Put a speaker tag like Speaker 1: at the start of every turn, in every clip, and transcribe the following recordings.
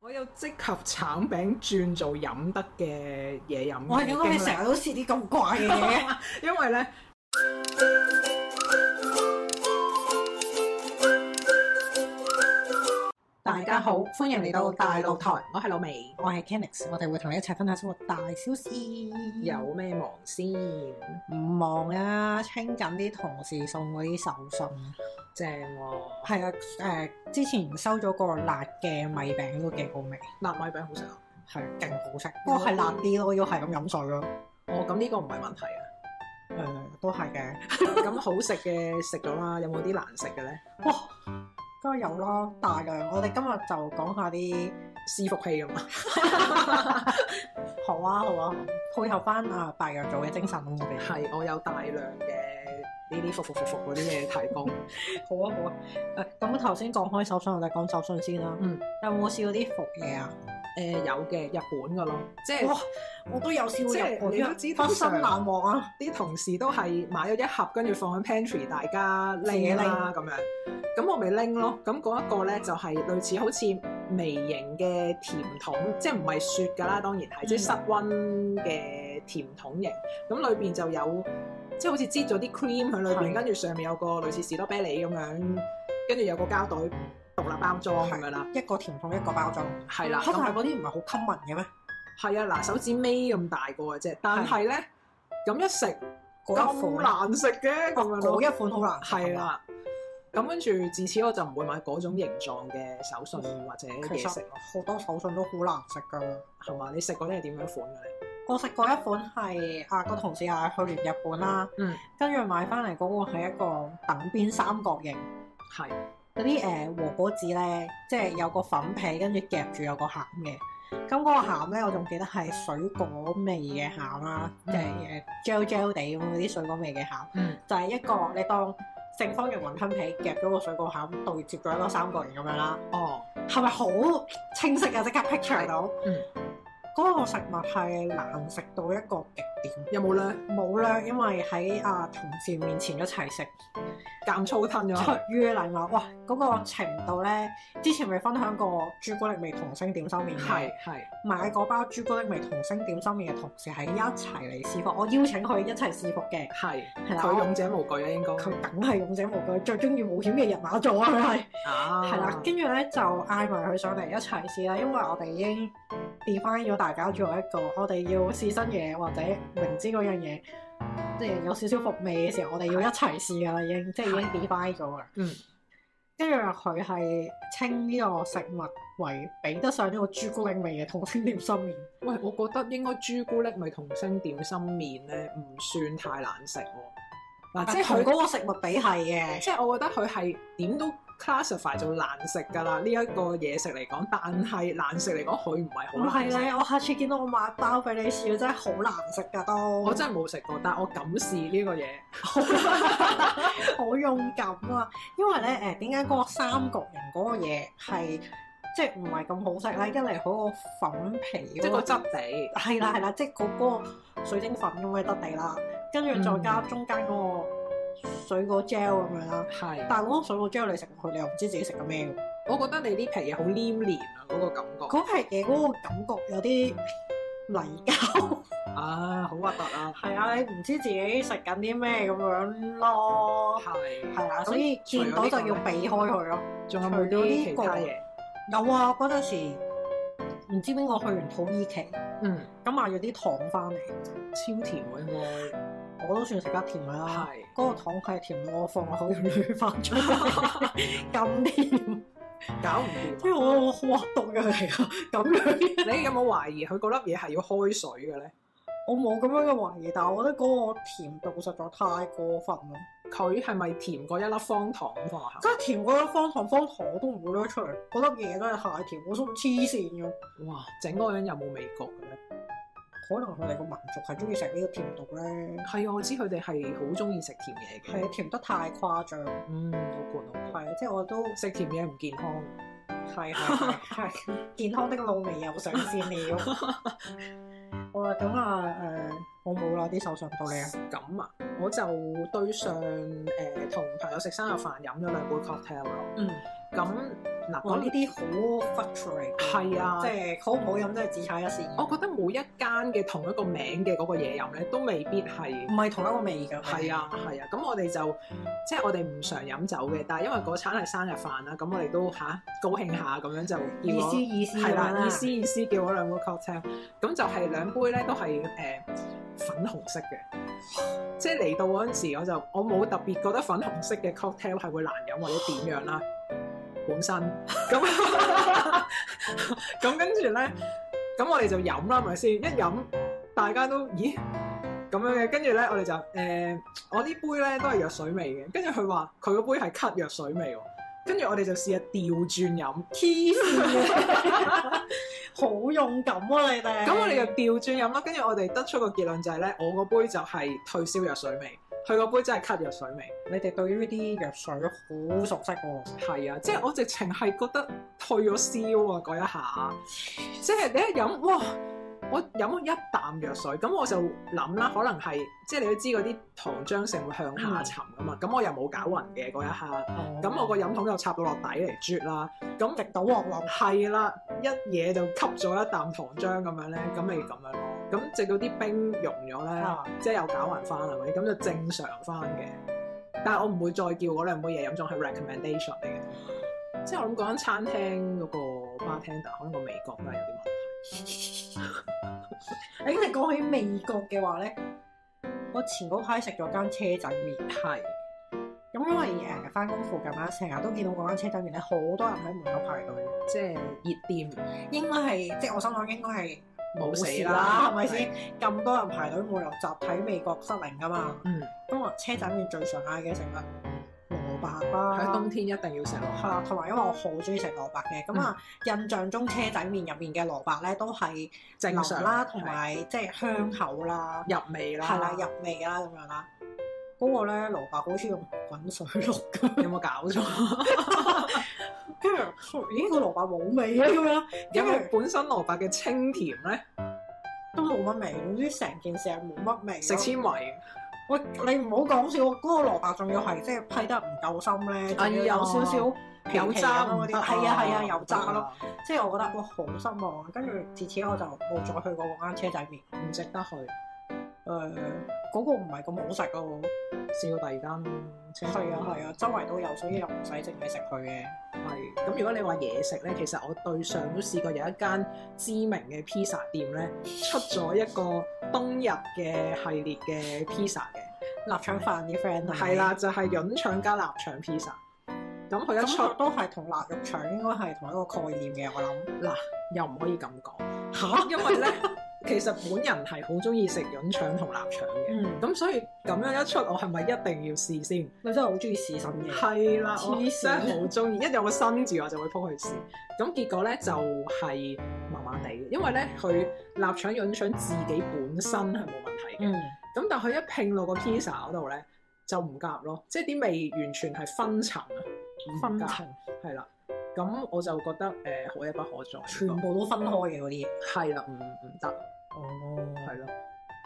Speaker 1: 我有即及橙餅轉做飲得嘅嘢飲
Speaker 2: 我係
Speaker 1: 嘅
Speaker 2: 點解
Speaker 1: 經
Speaker 2: 你
Speaker 1: 歷
Speaker 2: 成日都試啲咁怪嘅嘢？
Speaker 1: 因為咧。
Speaker 2: 大家好歡迎嚟到大露台，
Speaker 1: 我係老味，
Speaker 2: 我係 Kenix，我哋會同你一齊分享生活大小事。嗯
Speaker 1: 有咩忙先？
Speaker 2: 唔忙啊，清緊啲同事送嗰啲手信。
Speaker 1: 正喎、
Speaker 2: 係啊，誒、之前收咗個辣嘅米餅都幾好味，
Speaker 1: 辣米餅好食啊！
Speaker 2: 係勁好食。不過係辣啲咯，要係咁飲水咯。
Speaker 1: 哦，咁呢個唔係問題 啊。
Speaker 2: 誒、都係嘅。
Speaker 1: 咁好食嘅食咗啦，有冇啲難食嘅咧？
Speaker 2: 哇，梗係有啦，大量。我哋今日就講下啲。
Speaker 1: 伺服器咁啊！
Speaker 2: 好啊，好啊，配合翻啊白羊座嘅精神咯，我哋
Speaker 1: 係，我有大量嘅呢啲服服服服嗰啲嘢提供。
Speaker 2: 好啊，好啊。誒、咁頭先講開手信，我哋講手信先啦。
Speaker 1: 嗯，
Speaker 2: 有冇試過啲服嘢啊？
Speaker 1: 誒有嘅日本嘅咯，即係
Speaker 2: 哇！我都有試過
Speaker 1: 即係
Speaker 2: 日本
Speaker 1: 你都知
Speaker 2: 啊，不生難忘啊！
Speaker 1: 啲同事都係買咗一盒，跟住放喺 pantry，大家嗯拎啦咁樣。咁我咪拎咯。咁嗰一個咧就係、類似好似微型嘅甜筒，即係唔係雪㗎啦，當然係，即係室温嘅甜筒型。咁裏邊就有即係好似擠咗啲 cream 喺裏邊，
Speaker 2: 係
Speaker 1: 跟住上面有個類似士多啤梨咁樣，跟住有個膠袋獨立包裝咁樣啦。
Speaker 2: 一個甜筒一個包裝，
Speaker 1: 係啦，
Speaker 2: 嚇！但
Speaker 1: 咁
Speaker 2: 係嗰啲唔係好 common 嘅咩？
Speaker 1: 係啊，嗱手指尾咁大個嘅啫，但係咧咁一食
Speaker 2: 嗰一
Speaker 1: 咁
Speaker 2: 款，
Speaker 1: 難食嘅咁樣咯
Speaker 2: 嗰。一款好難食啊。
Speaker 1: 係啦，咁跟住自此我就唔會買嗰種形狀嘅手信或者
Speaker 2: 其
Speaker 1: 嘢食
Speaker 2: 實
Speaker 1: 咯，
Speaker 2: 好多手信都好難食㗎。
Speaker 1: 係嘛？你食嗰啲係點樣款嘅咧？
Speaker 2: 我食過一款係啊個同事啊去完日本啦，
Speaker 1: 嗯，
Speaker 2: 跟住買翻嚟嗰個係一個等邊三角形。
Speaker 1: 係
Speaker 2: 嗰啲誒和果子咧，即係
Speaker 1: 嗯
Speaker 2: 有個粉皮，跟住夾住有個餡嘅。咁嗰個餡咧，我仲記得係水果味嘅餡啦，即
Speaker 1: 嗯
Speaker 2: 係誒 gel gel 地咁嗰啲水果味嘅餡，
Speaker 1: 嗯
Speaker 2: 就係一個你當正方形雲吞皮夾咗個水果餡，對接咗一個三角形咁樣啦，
Speaker 1: 哦，
Speaker 2: 係咪好清晰啊？即刻 picture 到，
Speaker 1: 嗯
Speaker 2: 嗰個食物係難食到一個極點，
Speaker 1: 有冇咧？
Speaker 2: 冇量，因為喺啊同事面前一齊食。
Speaker 1: 間粗吞咗
Speaker 2: 出
Speaker 1: 佢，
Speaker 2: 於禮貌，哇！嗰、個程度咧，之前咪分享過朱古力味童星點心麵嘅，
Speaker 1: 係係
Speaker 2: 買嗰包朱古力味童星點心麵嘅同事係一齊嚟試服，我邀請佢一齊試服嘅，
Speaker 1: 係，
Speaker 2: 係啦，
Speaker 1: 佢
Speaker 2: 我
Speaker 1: 勇者無懼啊，應該
Speaker 2: 佢梗係勇者無懼，最中意冒險嘅人馬座啊，佢係
Speaker 1: 啊，
Speaker 2: 係啦，跟住咧就嗌埋佢上嚟一齊試啦，因為我哋已經 define 咗大家做一個，我哋要試新嘢或者明知嗰樣嘢。即係有少少伏味嘅時候，我哋要一齊試噶啦，已經即係已經 define 咗啦。
Speaker 1: 嗯
Speaker 2: 跟住佢係稱呢個食物為比得上呢個朱古力味嘅同星點心麵，
Speaker 1: 喂，我覺得應該朱古力咪同星點心麵咧，唔算太難食喎。嗱，即
Speaker 2: 即
Speaker 1: 係
Speaker 2: 係同
Speaker 1: 佢
Speaker 2: 啊嗰個食物比係嘅。
Speaker 1: 即係我覺得佢係點都 classify
Speaker 2: 嗯
Speaker 1: 做難食㗎啦，呢一個嘢食嚟講，但係難食嚟講，佢唔
Speaker 2: 唔
Speaker 1: 係好難
Speaker 2: 哦係啊
Speaker 1: 食。
Speaker 2: 咧，我下次見到我買包俾你試，真係好難食噶都。
Speaker 1: 我真係冇食
Speaker 2: 嗯
Speaker 1: 過，但係我敢試呢個嘢。
Speaker 2: 好勇敢啊！因為咧誒，點解嗰個三角形嗰個嘢係即係唔係咁好食咧？一嚟嗰嗯個粉皮
Speaker 1: 即
Speaker 2: 嗰、
Speaker 1: 係個質地，
Speaker 2: 係啦係啦，即係嗰個水晶粉咁嘅質地啦，跟住再加中間嗰個水果 gel 咁樣啦。
Speaker 1: 係。
Speaker 2: 但係嗰個水果 gel 你食落去，你又唔知自己食緊咩喎。
Speaker 1: 我覺得你呢皮嘢好黏連啊，嗰、個感覺。
Speaker 2: 嗰皮嘢嗰個感覺有啲泥膠，
Speaker 1: 啊，好核突啊！
Speaker 2: 係啊，你唔知自己食緊啲咩咁樣咯。
Speaker 1: 係。
Speaker 2: 係啦，所以
Speaker 1: 除咗
Speaker 2: 見到
Speaker 1: 呢個
Speaker 2: 就要避開佢咯。
Speaker 1: 仲有冇啲其他
Speaker 2: 除咗
Speaker 1: 嘢？
Speaker 2: 有啊，嗰陣時唔知邊個去完土耳其，
Speaker 1: 嗯，
Speaker 2: 咁買咗啲糖翻嚟，
Speaker 1: 超甜喎應該。
Speaker 2: 我都算食得甜㗎啦。
Speaker 1: 係。
Speaker 2: 嗰個糖係甜到我放落口裏翻出嚟， 咁甜，
Speaker 1: 搞唔掂。啊
Speaker 2: 即係我好核突嘅嚟啊！咁樣。
Speaker 1: 你有冇懷疑佢嗰粒嘢係要開水嘅咧？
Speaker 2: 我冇咁樣嘅懷疑，但係我覺得嗰個甜度實在太過分啦！
Speaker 1: 佢係咪甜過一粒方糖啊咁放落口
Speaker 2: 真係甜過粒方糖，方糖我都唔會攞出嚟，嗰粒嘢真係太甜，我心諗黐線嘅。
Speaker 1: 哇！整嗰個人有冇味覺嘅咧？
Speaker 2: 可能佢哋個民族係中意食呢個甜度咧，
Speaker 1: 係啊，我知佢哋係好中意食甜嘢嘅。
Speaker 2: 係甜得太誇張，
Speaker 1: 嗯，好攰好攰。
Speaker 2: 係啊即係我都
Speaker 1: 食甜嘢唔健康。
Speaker 2: 係係係係健康的路未有上線了。好啦，咁啊誒，我冇啦啲手信到你啊，
Speaker 1: 咁啊，我就呃對上誒同、朋友食生日飯飲咗兩杯 cocktail 咯。
Speaker 2: 嗯，
Speaker 1: 咁嗱
Speaker 2: 哇！
Speaker 1: 嗰
Speaker 2: 呢啲好 fluctuate，
Speaker 1: 係啊
Speaker 2: 即係好唔好飲真係只差一線，
Speaker 1: 我覺得每一間嘅同一個名嘅嗰個嘢飲咧，都未必係
Speaker 2: 唔係同一個味㗎。
Speaker 1: 係啊係啊。咁我哋就即係我哋唔常飲酒嘅，但係因為嗰餐係生日飯啦，咁我哋都吓高興下咁樣就
Speaker 2: 意
Speaker 1: 叫我
Speaker 2: 思意思
Speaker 1: 係
Speaker 2: 咁樣
Speaker 1: 啦，意思意思叫我兩個 cocktail，咁就係兩杯咧都係誒、呃粉紅色嘅， 即係嚟到嗰陣時我就我冇特別覺得粉紅色嘅 cocktail 係會難飲或者點樣啦，本身咁咁跟住咧，咁我哋就飲啦，係咪先？一飲大家都咦咁樣嘅，跟住咧我哋就誒、呃我呢杯咧都係藥水味嘅，跟住佢話佢個杯係咳藥水味喎，跟住我哋就試下調轉飲。
Speaker 2: 黐 線，好勇敢啊你哋！
Speaker 1: 咁我哋就調轉飲啦，跟住我哋得出個結論就係咧，我個杯就係退燒藥水味，佢個杯真係咳藥水味。
Speaker 2: 你哋對於啲藥水好熟悉喎，
Speaker 1: 係啊，即係我直情係覺得退咗燒啊嗰一下，即係你一飲，哇！我飲咗一啖藥水，咁我就諗啦，可能係即係你都知嗰啲糖漿性會向下沉噶嘛，咁我又冇搞暈嘅嗰一下，咁我個飲筒就插到落底嚟啜啦，咁
Speaker 2: 直到鑊落，
Speaker 1: 係啦，一嘢就吸咗一啖糖漿咁樣咧，咁咪咁樣咯。咁直到啲冰溶咗咧，
Speaker 2: 啊
Speaker 1: 即係又搞還翻係咪？咁就正常翻嘅。但係我唔會再叫嗰兩杯嘢飲，仲係 recommendation 嚟嘅。即係我諗嗰間餐廳嗰個 bartender 可能個味覺都係有啲問題。
Speaker 2: 誒你講起味覺嘅話咧，我前嗰排食咗間車仔麵。
Speaker 1: 係
Speaker 2: 咁因為誒翻工附近啦，成日都見到嗰間車仔麵咧，好多人喺門口排隊。
Speaker 1: 即係熱店
Speaker 2: 應該係，即係我心諗應該係
Speaker 1: 冇
Speaker 2: 事
Speaker 1: 死
Speaker 2: 啦
Speaker 1: 啦，，
Speaker 2: 係咪？先？咁多人排隊，冇理由集體味覺失靈噶嘛。
Speaker 1: 嗯，
Speaker 2: 咁我車仔麵最常嗌嘅食物，蘿蔔啦，
Speaker 1: 喺冬天一定要食落去。
Speaker 2: 係啦，同埋因為我好中意食蘿蔔嘅，
Speaker 1: 嗯
Speaker 2: 咁啊、印象中車仔麵入面嘅蘿蔔咧都係
Speaker 1: 正
Speaker 2: 腍
Speaker 1: 常
Speaker 2: 啦，同埋即係香口啦，
Speaker 1: 入味啦，
Speaker 2: 係啦，入味啦咁樣啦。嗰個咧蘿蔔好似用滾水淥咁。
Speaker 1: 有冇搞錯？
Speaker 2: 跟住咦個蘿蔔冇味啊咁樣，
Speaker 1: 有
Speaker 2: 跟
Speaker 1: 冇
Speaker 2: 住
Speaker 1: 本身蘿蔔嘅清甜咧？
Speaker 2: 都冇乜味，總之成件事係冇乜味咯。
Speaker 1: 食纖維。
Speaker 2: 喂，你唔好講笑，嗰、個蘿蔔仲要係即係批得唔夠深咧，仲
Speaker 1: 哎
Speaker 2: 要
Speaker 1: 呀
Speaker 2: 有少少皮皮
Speaker 1: 有渣
Speaker 2: 咁
Speaker 1: 唔
Speaker 2: 嗰
Speaker 1: 得
Speaker 2: 啲，係啊係啊有渣咯，
Speaker 1: 咯，
Speaker 2: 即係我覺得哇好失望啊！跟住
Speaker 1: 嗯
Speaker 2: 自此我就冇再去過嗰間車仔麵，誒、
Speaker 1: 啊唔值得去。
Speaker 2: 嗰、個唔係咁好食啊咯，
Speaker 1: 試過第二間咯，青
Speaker 2: 係啊係啊，周圍都有，所以又唔使淨係食佢嘅。
Speaker 1: 係。咁如果你話嘢食咧，其實我對上都試過有一間知名嘅披薩店 咧，出咗一個冬日嘅系列嘅披薩嘅，
Speaker 2: 臘腸飯啲 friend 啊係咪
Speaker 1: 係啦，，就係潤腸加臘腸披薩。咁佢一出
Speaker 2: 咁都係同臘肉腸應該係同一個概念嘅，我諗
Speaker 1: 又唔可以咁講，
Speaker 2: 嚇，
Speaker 1: 因為咧其實本人係好中意食潤腸同臘腸嘅，
Speaker 2: 嗯，
Speaker 1: 咁所以咁樣一出，我係咪一定要試先？
Speaker 2: 你真係好中意試新嘢。
Speaker 1: 係啦，我
Speaker 2: 黐
Speaker 1: 真
Speaker 2: 線
Speaker 1: 係好中 意，一有個新字我就會撲去試。咁結果咧就係麻麻地嘅，因為咧佢臘腸潤腸自己本身係冇問題嘅，
Speaker 2: 嗯，
Speaker 1: 咁但係佢一拼落個 pizza 嗰度咧就唔夾咯，即係啲味完全係分層啊，唔
Speaker 2: 分
Speaker 1: 夾
Speaker 2: 層
Speaker 1: 係啦。咁我就覺得誒、呃可一不可再，
Speaker 2: 全部都分開嘅嗰啲嘢。
Speaker 1: 係啦，唔唔得，
Speaker 2: 哦，
Speaker 1: 係咯，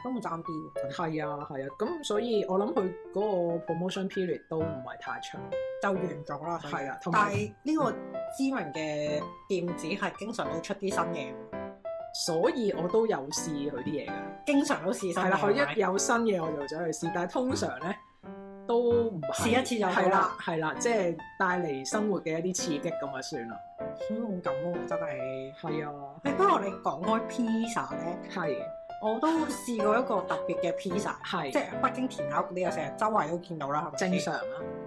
Speaker 2: 都唔爭啲喎，
Speaker 1: 係啊，係啊。咁所以我諗佢嗰個 promotion period 都唔係太長，
Speaker 2: 就完咗啦。所以
Speaker 1: 係啊同埋
Speaker 2: 但係呢個知名嘅店子係經常都出啲新嘢，
Speaker 1: 所以我都有試佢啲嘢嘅。
Speaker 2: 經常都試新嘢。
Speaker 1: 係啦，佢
Speaker 2: 係咪
Speaker 1: 一有新嘢我就走去試，但係通常咧都唔係
Speaker 2: 試一次就好啦
Speaker 1: 係啦，係啦，即係帶嚟生活嘅一啲刺激咁啊算啦。
Speaker 2: 好勇敢喎，真係。
Speaker 1: 係啊，
Speaker 2: 誒，不過你講開 pizza 咧，
Speaker 1: 係
Speaker 2: 我都試過一個特別嘅 pizza，
Speaker 1: 係
Speaker 2: 即係北京填鴨嗰啲啊，成日周圍都見到啦，係咪
Speaker 1: 正
Speaker 2: 先？
Speaker 1: 常啊，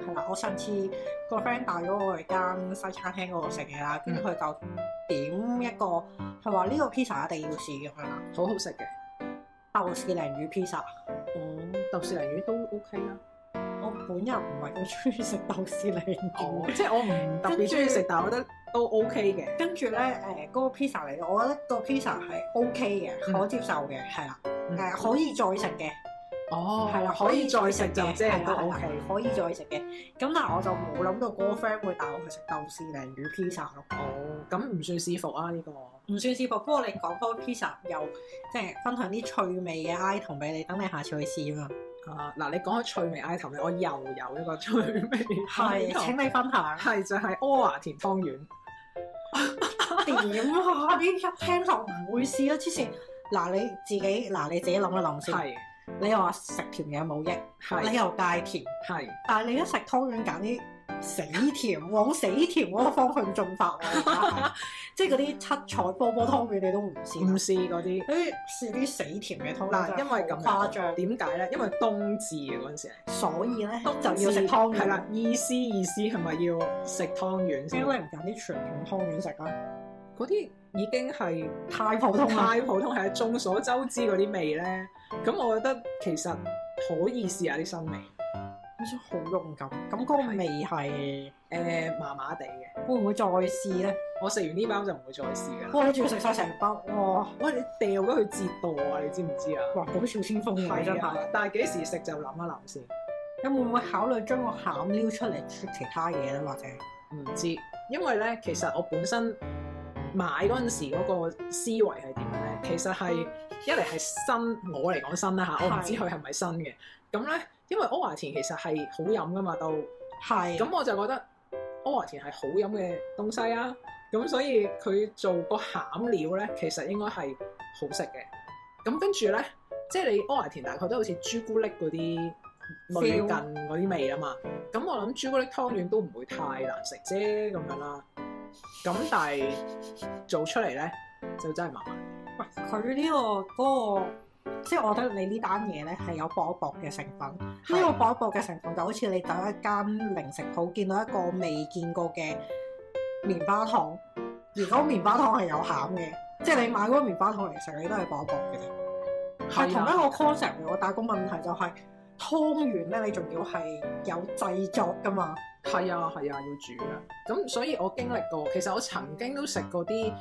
Speaker 2: 係啦，我上次個 friend 帶咗我去間西餐廳嗰度食嘢啦，
Speaker 1: 嗯
Speaker 2: 跟住佢就點一個，佢話呢個 pizza 一定要試咁樣啦，
Speaker 1: 好好食嘅。
Speaker 2: 豆豉鯪魚 pizza。
Speaker 1: 哦，豆豉鯪魚都 OK 啊。
Speaker 2: 我本人唔係咁中意食豆豉鯪魚，
Speaker 1: 哦即係我唔特別中意食，但係我覺得都 OK 嘅。
Speaker 2: 跟住咧誒嗰個 pizza 嚟到，我覺得個 pizza 係 OK 嘅，
Speaker 1: 嗯
Speaker 2: 可接受嘅，係啦，
Speaker 1: 嗯
Speaker 2: 誒可以再食嘅，
Speaker 1: 哦，
Speaker 2: 係啦，
Speaker 1: 可以再食就
Speaker 2: 嘅
Speaker 1: 即係都
Speaker 2: 係啦
Speaker 1: OK
Speaker 2: 係。啦可以再食嘅。咁但係我就冇諗到嗰個 friend 會帶我去食豆豉鯪魚 pizza 咯。
Speaker 1: 哦，咁唔算試服啊呢個。
Speaker 2: 唔算試服，不過你講開 pizza 又即係分享啲趣味嘅 item 俾你，等你下次去試啊嘛。
Speaker 1: 啊，嗱，你講開趣味 item 咧，我又有一個趣味 item。
Speaker 2: 係，請你分享。
Speaker 1: 係就係阿華田湯圓。
Speaker 2: 點啊？呢一聽就唔會試啦，黐線！嗱你自己嗱你自己諗一諗先，
Speaker 1: 係
Speaker 2: 你又話食甜嘢冇益，你
Speaker 1: 係
Speaker 2: 又戒甜，
Speaker 1: 係
Speaker 2: 但係你一食湯圓揀啲死甜，往死甜嗰個方向進發喎，而 家係即係嗰啲七彩波波湯圓你都唔
Speaker 1: 唔
Speaker 2: 試啦，
Speaker 1: 試嗰啲。
Speaker 2: 誒試啲死甜嘅湯圓
Speaker 1: 嗱，
Speaker 2: 真
Speaker 1: 因為
Speaker 2: 係
Speaker 1: 咁
Speaker 2: 好誇
Speaker 1: 樣啊
Speaker 2: 張，
Speaker 1: 點解咧？因為冬至啊嗰陣時係，
Speaker 2: 所以咧
Speaker 1: 冬
Speaker 2: 就要食
Speaker 1: 至
Speaker 2: 湯圓
Speaker 1: 係啦，，意思意思係咪要食湯圓
Speaker 2: 點
Speaker 1: 先？
Speaker 2: 解你唔揀啲傳統湯圓食啊？
Speaker 1: 嗰啲已經係
Speaker 2: 太普通啦，
Speaker 1: 太普通，係眾所周知嗰啲味咧。咁我覺得其實可以試下啲新味，
Speaker 2: 好似好勇敢，咁嗰個味係。
Speaker 1: 誒麻麻地嘅。
Speaker 2: 會唔會再試咧？
Speaker 1: 我食完呢包就唔會再試㗎啦。
Speaker 2: 哇！你仲要食晒成包，哇！
Speaker 1: 喂，你掉咗佢折墮啊！你知唔知啊？
Speaker 2: 哇！好小清風喎，真
Speaker 1: 係
Speaker 2: 係。
Speaker 1: 啊，但係幾時食就諗一諗先，
Speaker 2: 咁會唔會考慮將個餡撩出嚟出其他嘢咧？或者
Speaker 1: 唔知。因為咧，其實我本身買嗰陣時嗰個思維係點樣咧？其實係一嚟係新，我嚟講新啦嚇，我唔知
Speaker 2: 係
Speaker 1: 佢係咪新嘅。咁咧，因為柯華田其實係好飲㗎嘛，都。
Speaker 2: 係咁
Speaker 1: 咁我就覺得柯華田係好飲嘅東西啊，咁所以佢做個餡料咧，其實應該係好食嘅。咁跟住咧，即係你柯華田大概都好似朱古力嗰啲類近
Speaker 2: Feel
Speaker 1: 嗰啲味啊嘛。咁我諗朱古力湯圓都唔會太難食啫，咁樣啦。咁但係做出嚟咧就真係麻麻。
Speaker 2: 喂，佢呢個嗰個，即係我覺得你呢單嘢咧係有薄薄嘅成分。呢
Speaker 1: 係
Speaker 2: 個薄薄嘅成分就好似你走一間零食鋪見到一個未見過嘅棉花糖，而嗰個棉花糖係有餡嘅，即係你買嗰個棉花糖嚟食，你都係薄薄嘅啫。
Speaker 1: 啊
Speaker 2: 係同一個 concept 嚟喎，但係個問題就係、湯圓咧，你仲要係有製作噶嘛？
Speaker 1: 係啊，係啊，要煮啊。咁所以我經歷過，其實我曾經都食過啲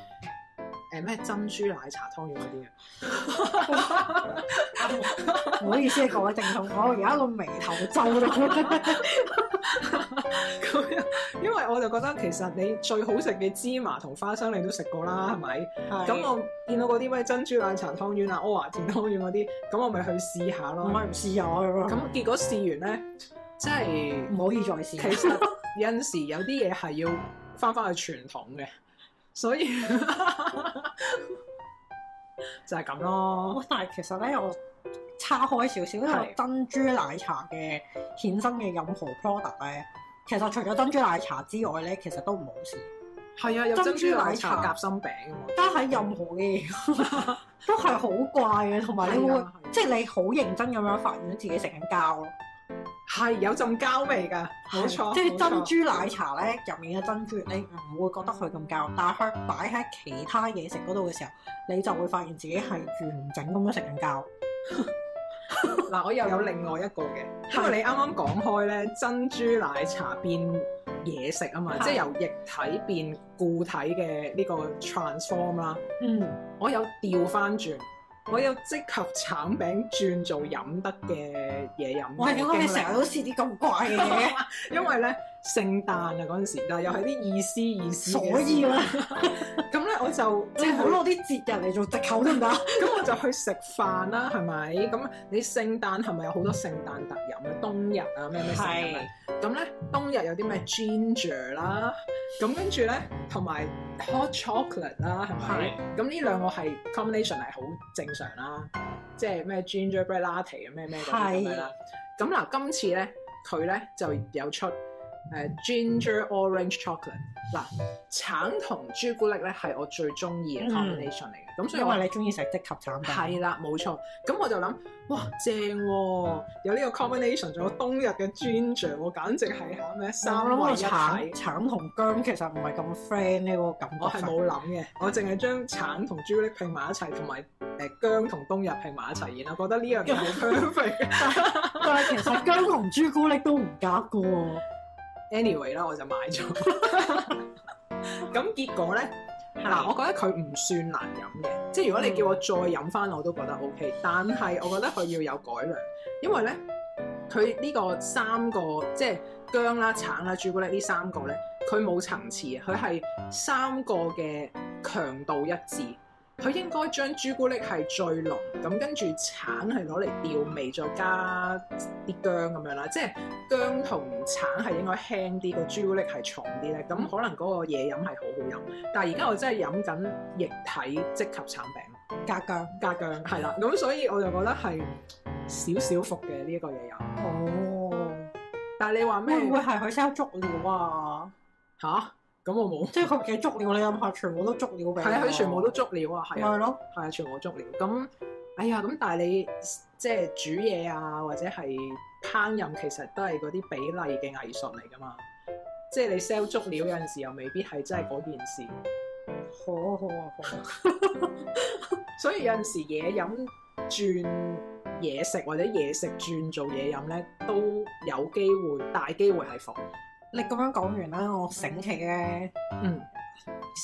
Speaker 1: 誒咩珍珠奶茶湯圓嗰啲嘅。
Speaker 2: 唔好意思，各位正統，我而家個眉頭 皺 到，
Speaker 1: 咁樣因為我就覺得其實你最好食嘅芝麻同花生你都食過啦，係咪？咁
Speaker 2: 咁
Speaker 1: 我見到嗰啲咩珍珠奶茶湯圓啊、柯華田湯圓嗰啲，咁我咪去試下
Speaker 2: 我唔
Speaker 1: 咯。
Speaker 2: 係唔試下
Speaker 1: 咁
Speaker 2: 咁樣，
Speaker 1: 結果試完咧，即係
Speaker 2: 唔可以再
Speaker 1: 其
Speaker 2: 試。
Speaker 1: 實有陣時有啲嘢係要翻返去傳統嘅，所以 就係咁咯。
Speaker 2: 哇但係其實咧，我岔開少少，因為
Speaker 1: 係
Speaker 2: 珍珠奶茶嘅衍生嘅任何 product 咧，其實除咗珍珠奶茶之外咧，其實都唔好試。
Speaker 1: 係啊，有
Speaker 2: 珍
Speaker 1: 珍
Speaker 2: 珠
Speaker 1: 珠
Speaker 2: 奶
Speaker 1: 奶
Speaker 2: 茶
Speaker 1: 茶夾心餅啊嘛。
Speaker 2: 加喺任何 嘅嘢都係好怪嘅，同埋你
Speaker 1: 係
Speaker 2: 會
Speaker 1: 啊係啊
Speaker 2: 即係你好認真咁樣發現自己食緊膠咯。
Speaker 1: 係有陣膠味㗎，冇錯，
Speaker 2: 即係
Speaker 1: 冇
Speaker 2: 珍
Speaker 1: 錯
Speaker 2: 珠奶茶咧，入面嘅珍珠，你唔會覺得佢咁膠，但係佢擺喺其他嘢食嗰度嘅時候，你就會發現自己係完整咁樣食緊膠。
Speaker 1: 嗱，我又有另外一個嘅，因為你啱啱講開咧，珍珠奶茶變嘢食啊嘛，
Speaker 2: 係
Speaker 1: 即係由液體變固體嘅呢個 transform 啦。
Speaker 2: 嗯，
Speaker 1: 我有調翻轉，我有即合橙餅轉做飲得嘅嘢飲
Speaker 2: 我係點解
Speaker 1: 嘅
Speaker 2: 你
Speaker 1: 經
Speaker 2: 成日
Speaker 1: 歷。
Speaker 2: 都試啲咁怪嘅嘢？
Speaker 1: 因為咧聖誕啊嗰陣時，但係又係啲意思意思嘅事。
Speaker 2: 所以啦，
Speaker 1: 咁咧我就
Speaker 2: 你
Speaker 1: 即
Speaker 2: 唔
Speaker 1: 係
Speaker 2: 好攞啲節日嚟做藉口得唔啊得？
Speaker 1: 咁我就去食飯啦，係咪？咁你聖誕係咪有好多聖誕特飲啊？冬日啊，咩咩聖誕啊咁咧，冬日有啲
Speaker 2: 嗯
Speaker 1: 咩 ginger 啦，咁跟住咧同埋 hot chocolate 啦，係咪？咁呢兩個係 combination 係好正常啦，即係咩 gingerbread latte 啊，咩咩嗰啲咁樣啦。咁嗱，今次咧佢咧就有出誒、呃 ginger orange chocolate 嗱，橙同朱古力咧係我最中意嘅
Speaker 2: 嗯
Speaker 1: combination 嚟嘅，咁、所以
Speaker 2: 因
Speaker 1: 我
Speaker 2: 為你中意食即合產品。
Speaker 1: 係啦，冇錯。咁我就諗，哇，正喎、有呢個 combination，仲有冬日嘅 ginger，喎簡直係嚇咩
Speaker 2: 我
Speaker 1: 三位一
Speaker 2: 諗個橙
Speaker 1: 體。
Speaker 2: 橙同薑其實唔係咁 friend 呢個感
Speaker 1: 我係
Speaker 2: 覺。
Speaker 1: 冇諗嘅，我淨係將橙同朱古力拼埋一齊，同埋誒姜同冬日拼埋一齊，然後覺得呢樣嘢 好 perfect。
Speaker 2: 但係其實薑同朱古力都唔夾嘅喎。
Speaker 1: anyway 啦，我就買咗。咁結果咧，嗱，我覺得佢唔算難飲嘅，即係如果你叫我再飲翻，我都覺得 O K。但係我覺得佢要有改良，因為咧，佢呢個三個即係姜啦、橙啦、朱古力呢三個咧，佢冇層次啊，佢係三個嘅強度一致。佢應該將朱古力係最濃，咁跟住橙係攞嚟調味，再加啲薑咁樣啦。即係薑同橙係應該輕啲，個朱古力係重啲咧。咁可能嗰個嘢飲係好好飲，但係而家我真係飲緊液體即及橙餅。
Speaker 2: 格姜。
Speaker 1: 加姜係啦，咁所以我就覺得係少少服嘅呢一個嘢有。
Speaker 2: 哦，
Speaker 1: 但係你話咩
Speaker 2: 會唔會係佢 sell 足料啊？
Speaker 1: 吓？咁我冇，
Speaker 2: 即係佢嘅足料，你諗下，全部都足料俾我。
Speaker 1: 係啊，佢全部都足料啊，
Speaker 2: 咪
Speaker 1: 係啊，
Speaker 2: 係咯，
Speaker 1: 係啊，全部足料。咁哎呀，咁但係你即係煮嘢啊，或者係烹飪，其實都係嗰啲比例嘅藝術嚟㗎嘛。即係你 sell 足料有陣時又未必係真係嗰件事，
Speaker 2: 好啊好啊好啊，
Speaker 1: 所以有陣時嘢飲轉嘢食或者嘢食轉做嘢飲咧，都有機會大機會係服。
Speaker 2: 你咁樣講完啦，我醒起咧，
Speaker 1: 嗯，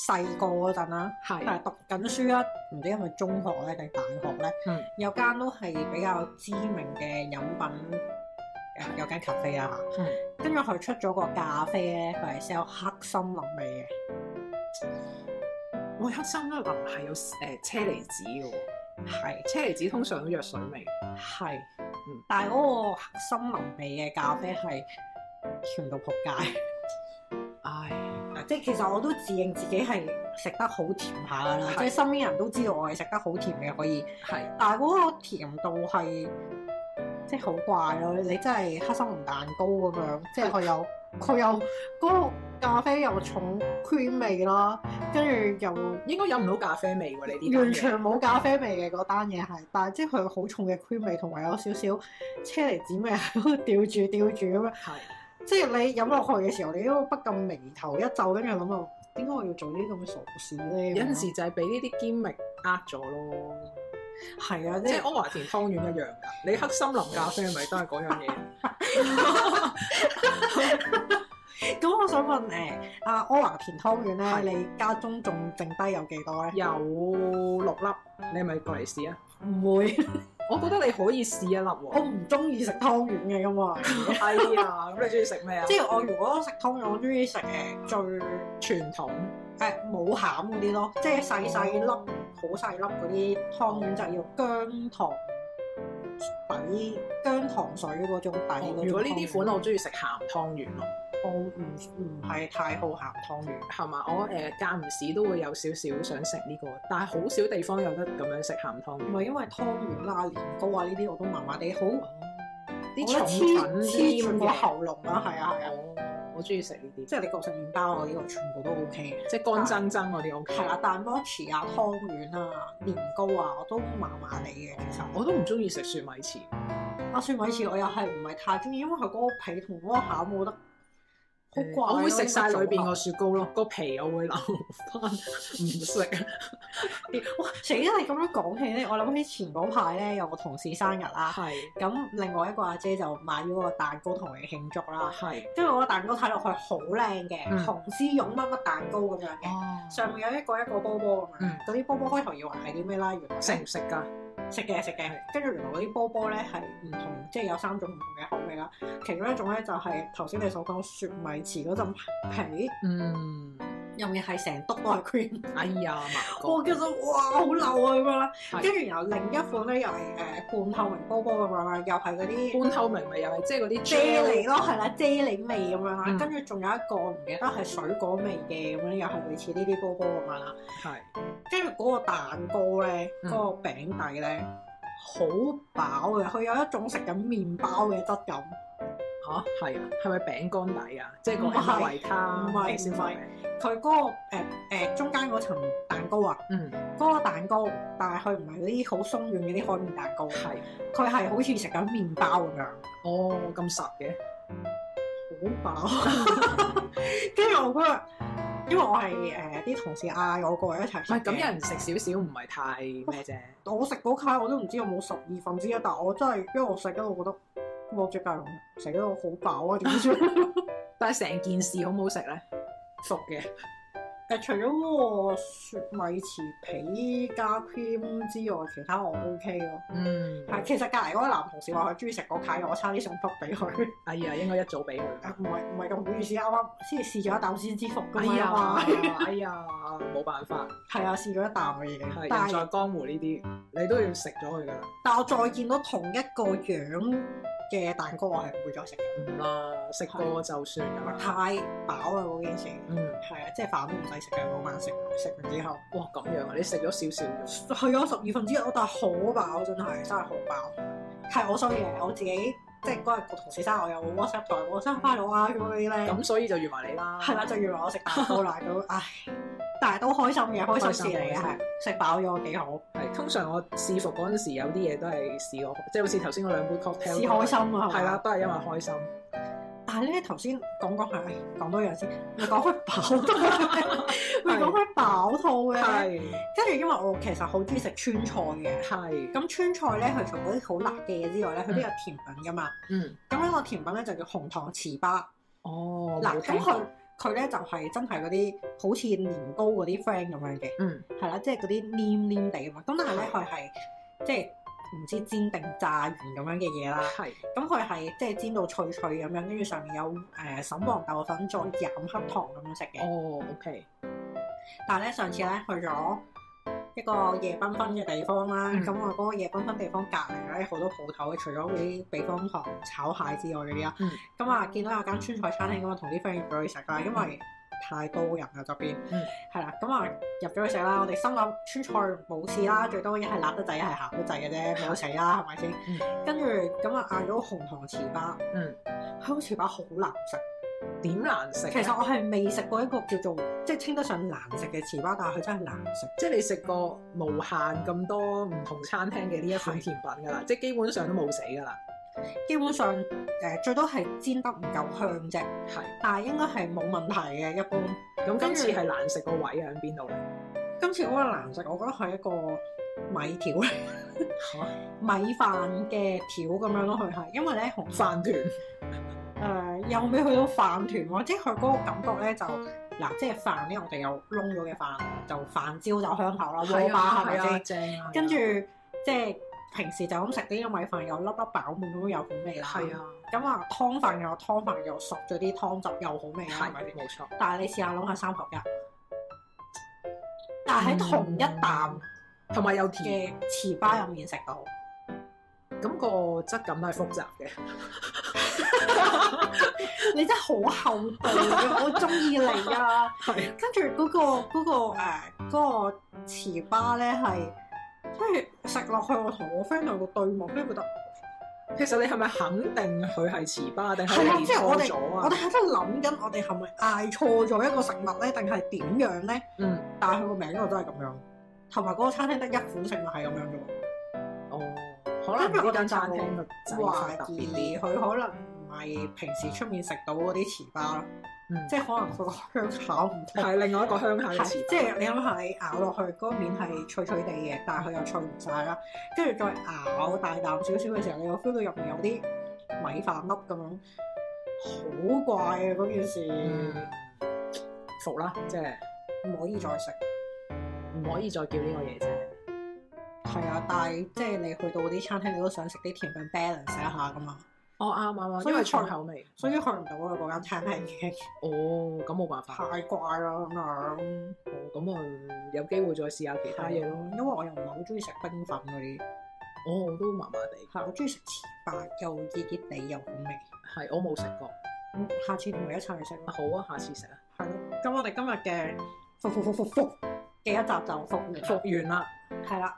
Speaker 2: 細個嗰陣啦。
Speaker 1: 係。
Speaker 2: 但係讀緊書啦，唔知係咪中學咧定大學咧，
Speaker 1: 嗯
Speaker 2: 有間都係比較知名嘅飲品，誒有間咖啡啊，
Speaker 1: 嗯
Speaker 2: 跟住佢出咗個咖啡咧，佢係 sell 黑森林味嘅，
Speaker 1: 我黑森林係有誒、呃、車厘子嘅喎，
Speaker 2: 係
Speaker 1: 車厘子通常都藥水味。
Speaker 2: 係，
Speaker 1: 嗯
Speaker 2: 但係嗰個黑森林味嘅咖啡係甜到仆街，啊
Speaker 1: 唉，
Speaker 2: 即係其實我都自認自己係食得好甜下噶啦，
Speaker 1: 係
Speaker 2: 即係身邊人都知道我係食得好甜嘅可以。
Speaker 1: 係
Speaker 2: 但係嗰個甜度係即係好怪咯，你真係黑森林蛋糕咁樣，即係佢有佢有嗰個咖啡又重 cream 味啦，跟住又
Speaker 1: 應該飲唔到咖啡味喎，你啲單嘢
Speaker 2: 完全冇咖啡味嘅嗰單嘢係，但係即係佢有好重嘅 cream 味，同埋有少少車厘子味喺度吊住吊住咁樣，
Speaker 1: 係
Speaker 2: 即係你飲落去嘅時候，你都不禁眉頭一皺，跟住諗到點解我要做呢啲咁嘅傻事咧？
Speaker 1: 有陣時就係俾呢啲堅力呃咗咯，
Speaker 2: 係啊，
Speaker 1: 即
Speaker 2: 即
Speaker 1: 係
Speaker 2: 係
Speaker 1: 安華田湯圓一樣㗎。你黑森林咖啡咪都係嗰樣 嘢？
Speaker 2: 咁我想問誒，阿柯華田湯圓
Speaker 1: 係
Speaker 2: 咧，你家中仲剩低有幾多咧？
Speaker 1: 有六粒，你係咪過嚟試啊？
Speaker 2: 唔會，
Speaker 1: 我覺得你可以試一粒
Speaker 2: 我
Speaker 1: 喎。
Speaker 2: 唔中意食湯圓嘅啊因嘛。
Speaker 1: 哎呀，咁你中意食咩啊？
Speaker 2: 即係我如果食湯圓，我中意食誒最誒
Speaker 1: 傳統
Speaker 2: 冇餡嗰啲咯，即係細細粒、好細粒嗰啲湯圓就要姜糖底、姜糖水嗰種底嗰種湯圓。
Speaker 1: 如果呢啲款我中意食鹹湯圓咯。
Speaker 2: 我唔唔係太好鹹湯圓。
Speaker 1: 係嘛？我誒間唔時都會有少少想食呢、個，但係好少地方有得咁樣食鹹湯
Speaker 2: 唔
Speaker 1: 圓。
Speaker 2: 係因為湯圓啦、年糕啊呢啲我都麻麻地，好
Speaker 1: 啲
Speaker 2: 嗯我覺得
Speaker 1: 重
Speaker 2: 黐
Speaker 1: 粉
Speaker 2: 黐住
Speaker 1: 黏
Speaker 2: 個
Speaker 1: 嘅，
Speaker 2: 喉嚨啦，係啊係啊。
Speaker 1: 哦我中意食呢啲，
Speaker 2: 即係你焗食麵包啊，呢個全部都 O K 嘅。
Speaker 1: 即係乾蒸蒸嗰啲 O
Speaker 2: 係
Speaker 1: K。
Speaker 2: 啦，蛋包糍啊、湯圓啊、年糕啊，我都麻麻地嘅。其實
Speaker 1: 我都唔中意食雪米糍，
Speaker 2: 阿蒜米糍我又係唔係太中意，因為佢嗰個皮同嗰個餡，我覺得好怪咯。
Speaker 1: 嗯我會食晒裏邊個
Speaker 2: 個
Speaker 1: 雪糕咯，個皮啊我會留翻唔食。
Speaker 2: 哇！死啦！你咁樣講起咧，我諗起前嗰排咧有個同事生日啦，
Speaker 1: 係
Speaker 2: 咁另外一個阿姐就買咗個蛋糕同佢慶祝啦。
Speaker 1: 啊係
Speaker 2: 跟住我個蛋糕睇落去好靚嘅，
Speaker 1: 嗯
Speaker 2: 紅絲絨乜乜蛋糕咁樣嘅，
Speaker 1: 哦
Speaker 2: 上面有一個一個波波咁
Speaker 1: 嗯
Speaker 2: 樣，嗰啲波波開頭以為係啲咩啦，原來
Speaker 1: 食唔食㗎？
Speaker 2: 食嘅食嘅，跟住原來嗰啲波波咧係唔同，即係有三種唔同嘅口味啦。其中一種咧就係頭先你所講雪米糍嗰陣皮，
Speaker 1: 嗯，
Speaker 2: 入面係成篤都係 cream，
Speaker 1: 哎呀，麻
Speaker 2: 我
Speaker 1: 哥，
Speaker 2: 叫做哇好流啊咁樣啦。
Speaker 1: 係
Speaker 2: 跟住然後另一款咧又係誒、呃半透明波波咁樣啦，又係嗰啲
Speaker 1: 半透明咪又係即係嗰啲
Speaker 2: 啫喱咯，係啦啫喱味咁樣啦
Speaker 1: 嗯。
Speaker 2: 跟住仲有一個唔記得係水果味嘅咁樣，又係類似呢啲波波咁樣啦。
Speaker 1: 係
Speaker 2: 跟住嗰個蛋糕咧，
Speaker 1: 嗯
Speaker 2: 嗰、個餅底咧，好飽嘅，佢有一種食緊麵包嘅質感。
Speaker 1: 嚇係啊，係咪餅乾底啊？即係個
Speaker 2: 唔係
Speaker 1: M 維他
Speaker 2: 唔係
Speaker 1: 先
Speaker 2: 唔
Speaker 1: 發
Speaker 2: 係
Speaker 1: 明
Speaker 2: 佢嗰、個誒、誒中間嗰層蛋糕啊，
Speaker 1: 嗯。
Speaker 2: 嗰、個蛋糕，但係佢唔係嗰啲好鬆軟嗰啲海綿蛋糕，
Speaker 1: 係，
Speaker 2: 佢係好似食緊麵包咁
Speaker 1: 哦咁實嘅，
Speaker 2: 樣，好飽。 跟住我嗰日，因為我係誒呃啲同事嗌我過嚟一齊
Speaker 1: 唔
Speaker 2: 食
Speaker 1: 係咁
Speaker 2: 嘅
Speaker 1: 有人食少少唔係太咩啫，
Speaker 2: 我食嗰卡我都唔知有冇十二分之一，但我真係因為我食緊，我覺得我隻芥蓉食得我好飽啊，點算？
Speaker 1: 但係成件事好唔好食咧？服嘅，
Speaker 2: 誒，除咗嗰個雪米糍皮加 cream 之外，其他我 OK 咯。
Speaker 1: 嗯，
Speaker 2: 係，其實隔離嗰個男同事話佢中意食嗰契，我差啲送福俾佢。
Speaker 1: 哎呀，應該一早俾佢。
Speaker 2: 啊唔係唔係咁好意思，啱啱先試咗一啖先知服
Speaker 1: 哎
Speaker 2: 㗎
Speaker 1: 呀
Speaker 2: 嘛。，
Speaker 1: 哎呀，冇辦法，
Speaker 2: 係啊，試咗一啖嘅已經
Speaker 1: 係。
Speaker 2: 但
Speaker 1: 人在
Speaker 2: 係
Speaker 1: 江湖呢啲，你都要食咗佢噶啦。
Speaker 2: 但我再見到同一個樣嘅蛋糕，我係唔會再食嘅，
Speaker 1: 唔啦，食過就算㗎啦。
Speaker 2: 太飽啦嗰件事。
Speaker 1: 嗯，
Speaker 2: 係啊，即係飯都唔使食嘅嗰晚食，食完之後
Speaker 1: 哇咁樣啊，你食咗少少啫。
Speaker 2: 係啊，十二分之一，我但係好飽，真係真係好飽。係我衰嘅，我自己即係嗰日個同事生日，我有 WhatsApp 佢我生日快樂啊咁嗰啲咧，
Speaker 1: 咁所以就預埋你啦。
Speaker 2: 係啦，就以為我食蛋糕啦咁，唉，但係都開心嘅，開心事嚟嘅，
Speaker 1: 開心
Speaker 2: 係食飽咗幾好，
Speaker 1: 係通常我試服嗰陣時，有啲嘢都係試過，即係好似頭先嗰兩杯 cocktail。
Speaker 2: 試開心啊，
Speaker 1: 係
Speaker 2: 係
Speaker 1: 啦，
Speaker 2: 啦。
Speaker 1: 都係因為開心。
Speaker 2: 但係咧頭先講講係，唉講多樣先，咪講開 飽肚，
Speaker 1: 嗯
Speaker 2: 咪講開飽肚嘅。
Speaker 1: 係
Speaker 2: 跟住因為我其實好中意食川菜嘅。
Speaker 1: 係，
Speaker 2: 咁川菜咧，佢除咗啲好辣嘅嘢之外咧，佢都有甜品噶嘛。
Speaker 1: 嗯，
Speaker 2: 咁呢個甜品咧就叫紅糖糍粑。
Speaker 1: 哦，
Speaker 2: 嗱，
Speaker 1: 冇
Speaker 2: 咁
Speaker 1: 聽過
Speaker 2: 佢佢咧就係、真係嗰啲好似年糕嗰啲 friend 咁樣嘅，
Speaker 1: 嗯
Speaker 2: 係啦，即係嗰啲黏黏地咁啊嘛。咁但係咧佢係即係唔知煎定炸完咁樣嘅嘢啦。
Speaker 1: 係
Speaker 2: 咁佢係即係煎到脆脆咁樣，跟住上面有誒、呃、沈黃豆粉，再飲黑糖咁樣食嘅。
Speaker 1: 哦，OK，
Speaker 2: 但係咧上次咧去咗一個夜繽紛嘅地方啦，
Speaker 1: 嗯
Speaker 2: 咁、我嗰個夜繽紛地方隔離咧好多鋪頭嘅，除咗嗰啲避風塘炒蟹之外嗰啲啦
Speaker 1: 嗯，
Speaker 2: 咁啊、見到有間川菜餐廳咁啊，同啲 friend 入咗去食啦，因為太多人啦嗰邊
Speaker 1: 嗯，
Speaker 2: 係啦、咁啊入咗去食啦，我哋心諗川菜冇事啦，最多一係辣得滯，一係鹹得滯嘅 啫，冇死啦，係咪先
Speaker 1: 嗯？
Speaker 2: 跟住咁啊嗌咗紅糖糍粑，
Speaker 1: 嗯，
Speaker 2: 佢個糍粑好難食。
Speaker 1: 點難食啊？
Speaker 2: 其實我係未食過一個叫做即係稱得上難食嘅糍粑，但係佢真係難食。
Speaker 1: 即係你食過無限咁多唔同餐廳嘅呢一款
Speaker 2: 係
Speaker 1: 甜品㗎啦，即係基本上都冇死㗎啦。
Speaker 2: 基本上誒、呃最多係煎得唔夠香啫，
Speaker 1: 係，
Speaker 2: 但係應該係冇問題嘅一般。
Speaker 1: 咁今次
Speaker 2: 跟住
Speaker 1: 係難食個位喺邊度咧？
Speaker 2: 今次嗰個難食，我覺得係一個米條
Speaker 1: 嚇，
Speaker 2: 米飯嘅條咁樣咯，佢係因為咧紅誒、
Speaker 1: 飯團
Speaker 2: 呃又未去到飯團喎，即係佢嗰個感覺咧就嗱，即係飯咧我哋有燶咗嘅飯，就飯焦就香口啦，鍋巴係咪先？
Speaker 1: 正啊，
Speaker 2: 跟住即係平時就咁食啲米飯，有粒粒飽滿咁樣有好味啦。
Speaker 1: 係啊，
Speaker 2: 咁啊，湯飯又湯飯又熟咗啲湯汁又好味啦，係咪
Speaker 1: 係冇錯。
Speaker 2: 但係你試下諗下三合一，但係喺同一啖
Speaker 1: 嗯同埋有甜，
Speaker 2: 嘅糍粑入面食到，
Speaker 1: 咁個質感都係複雜嘅。
Speaker 2: 你真係好厚道 嘅，我中意你啊！
Speaker 1: 係
Speaker 2: 跟住嗰個嗰、個誒嗰、個糍粑咧係，即係食落去我同我 friend 兩個對望，跟住覺得
Speaker 1: 其實你係咪肯定佢係糍粑定
Speaker 2: 係啊
Speaker 1: 係你
Speaker 2: 即係我
Speaker 1: 錯
Speaker 2: 哋
Speaker 1: 咗
Speaker 2: 我
Speaker 1: 啊
Speaker 2: 哋？喺度諗緊，我哋係咪嗌錯咗一個食物咧，定係點樣咧？
Speaker 1: 嗯，
Speaker 2: 但係佢個名我都係咁樣，同埋嗰個餐廳得一款食物係咁樣嘅喎。
Speaker 1: 哦，可能呢間餐廳嘅製法特
Speaker 2: 懷
Speaker 1: 別
Speaker 2: 疑佢
Speaker 1: 啲。
Speaker 2: 可能唔係平時出面食到嗰啲糍粑啦，
Speaker 1: 嗯，
Speaker 2: 即係可能佢個香口唔同。
Speaker 1: 係另外一個鄉下嘅
Speaker 2: 係
Speaker 1: 糍
Speaker 2: 即
Speaker 1: 粑。
Speaker 2: 係你諗下，你咬落去嗰個面係脆脆地嘅，但係佢又脆唔晒啦。跟住再咬大啖少少嘅時候，你又 feel 到入面有啲米飯粒咁樣，好怪啊！嗰件事
Speaker 1: 嗯，服啦，即係
Speaker 2: 唔可以再食。
Speaker 1: 唔可以再叫呢個嘢啫。
Speaker 2: 係啊，但係即係你去到嗰啲餐廳，你都想食啲甜品 balance 一下噶嘛，
Speaker 1: 哦，啱啱啱，
Speaker 2: 所以
Speaker 1: 因為重
Speaker 2: 菜
Speaker 1: 口味。
Speaker 2: 所以去唔到啊嗰間餐廳已經
Speaker 1: 哦，咁冇辦法。
Speaker 2: 太怪啦咁樣。
Speaker 1: 哦，咁啊，有機會再試下其他嘢咯。
Speaker 2: 因為我又唔係好中意食冰粉嗰啲，
Speaker 1: 我哦我都麻麻地，
Speaker 2: 係我中意食糍粑，又熱熱地又好味。
Speaker 1: 係我冇食過。
Speaker 2: 咁下次同你一齊去食啦，
Speaker 1: 好啊，下次食啊。
Speaker 2: 係咯。咁我哋今日嘅服服服服服嘅一集就服完
Speaker 1: 服
Speaker 2: 啦，
Speaker 1: 完啦，
Speaker 2: 係啦。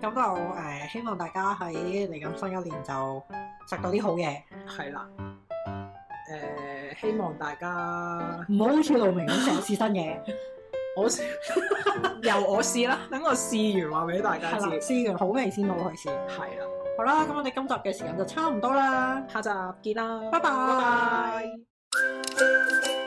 Speaker 2: 咁就誒、呃希望大家喺嚟緊新一年就食到啲好嘢，
Speaker 1: 係啦。誒、希望大家
Speaker 2: 唔好好似路明咁成日試新嘢，
Speaker 1: 我 由我試啦，等我試完話俾大家
Speaker 2: 係
Speaker 1: 知
Speaker 2: 啦，。試完好味先冇去試。
Speaker 1: 係啦，
Speaker 2: 好啦，咁我哋今集嘅時間就差唔多啦，
Speaker 1: 下集見啦，
Speaker 2: 拜拜。
Speaker 1: 拜拜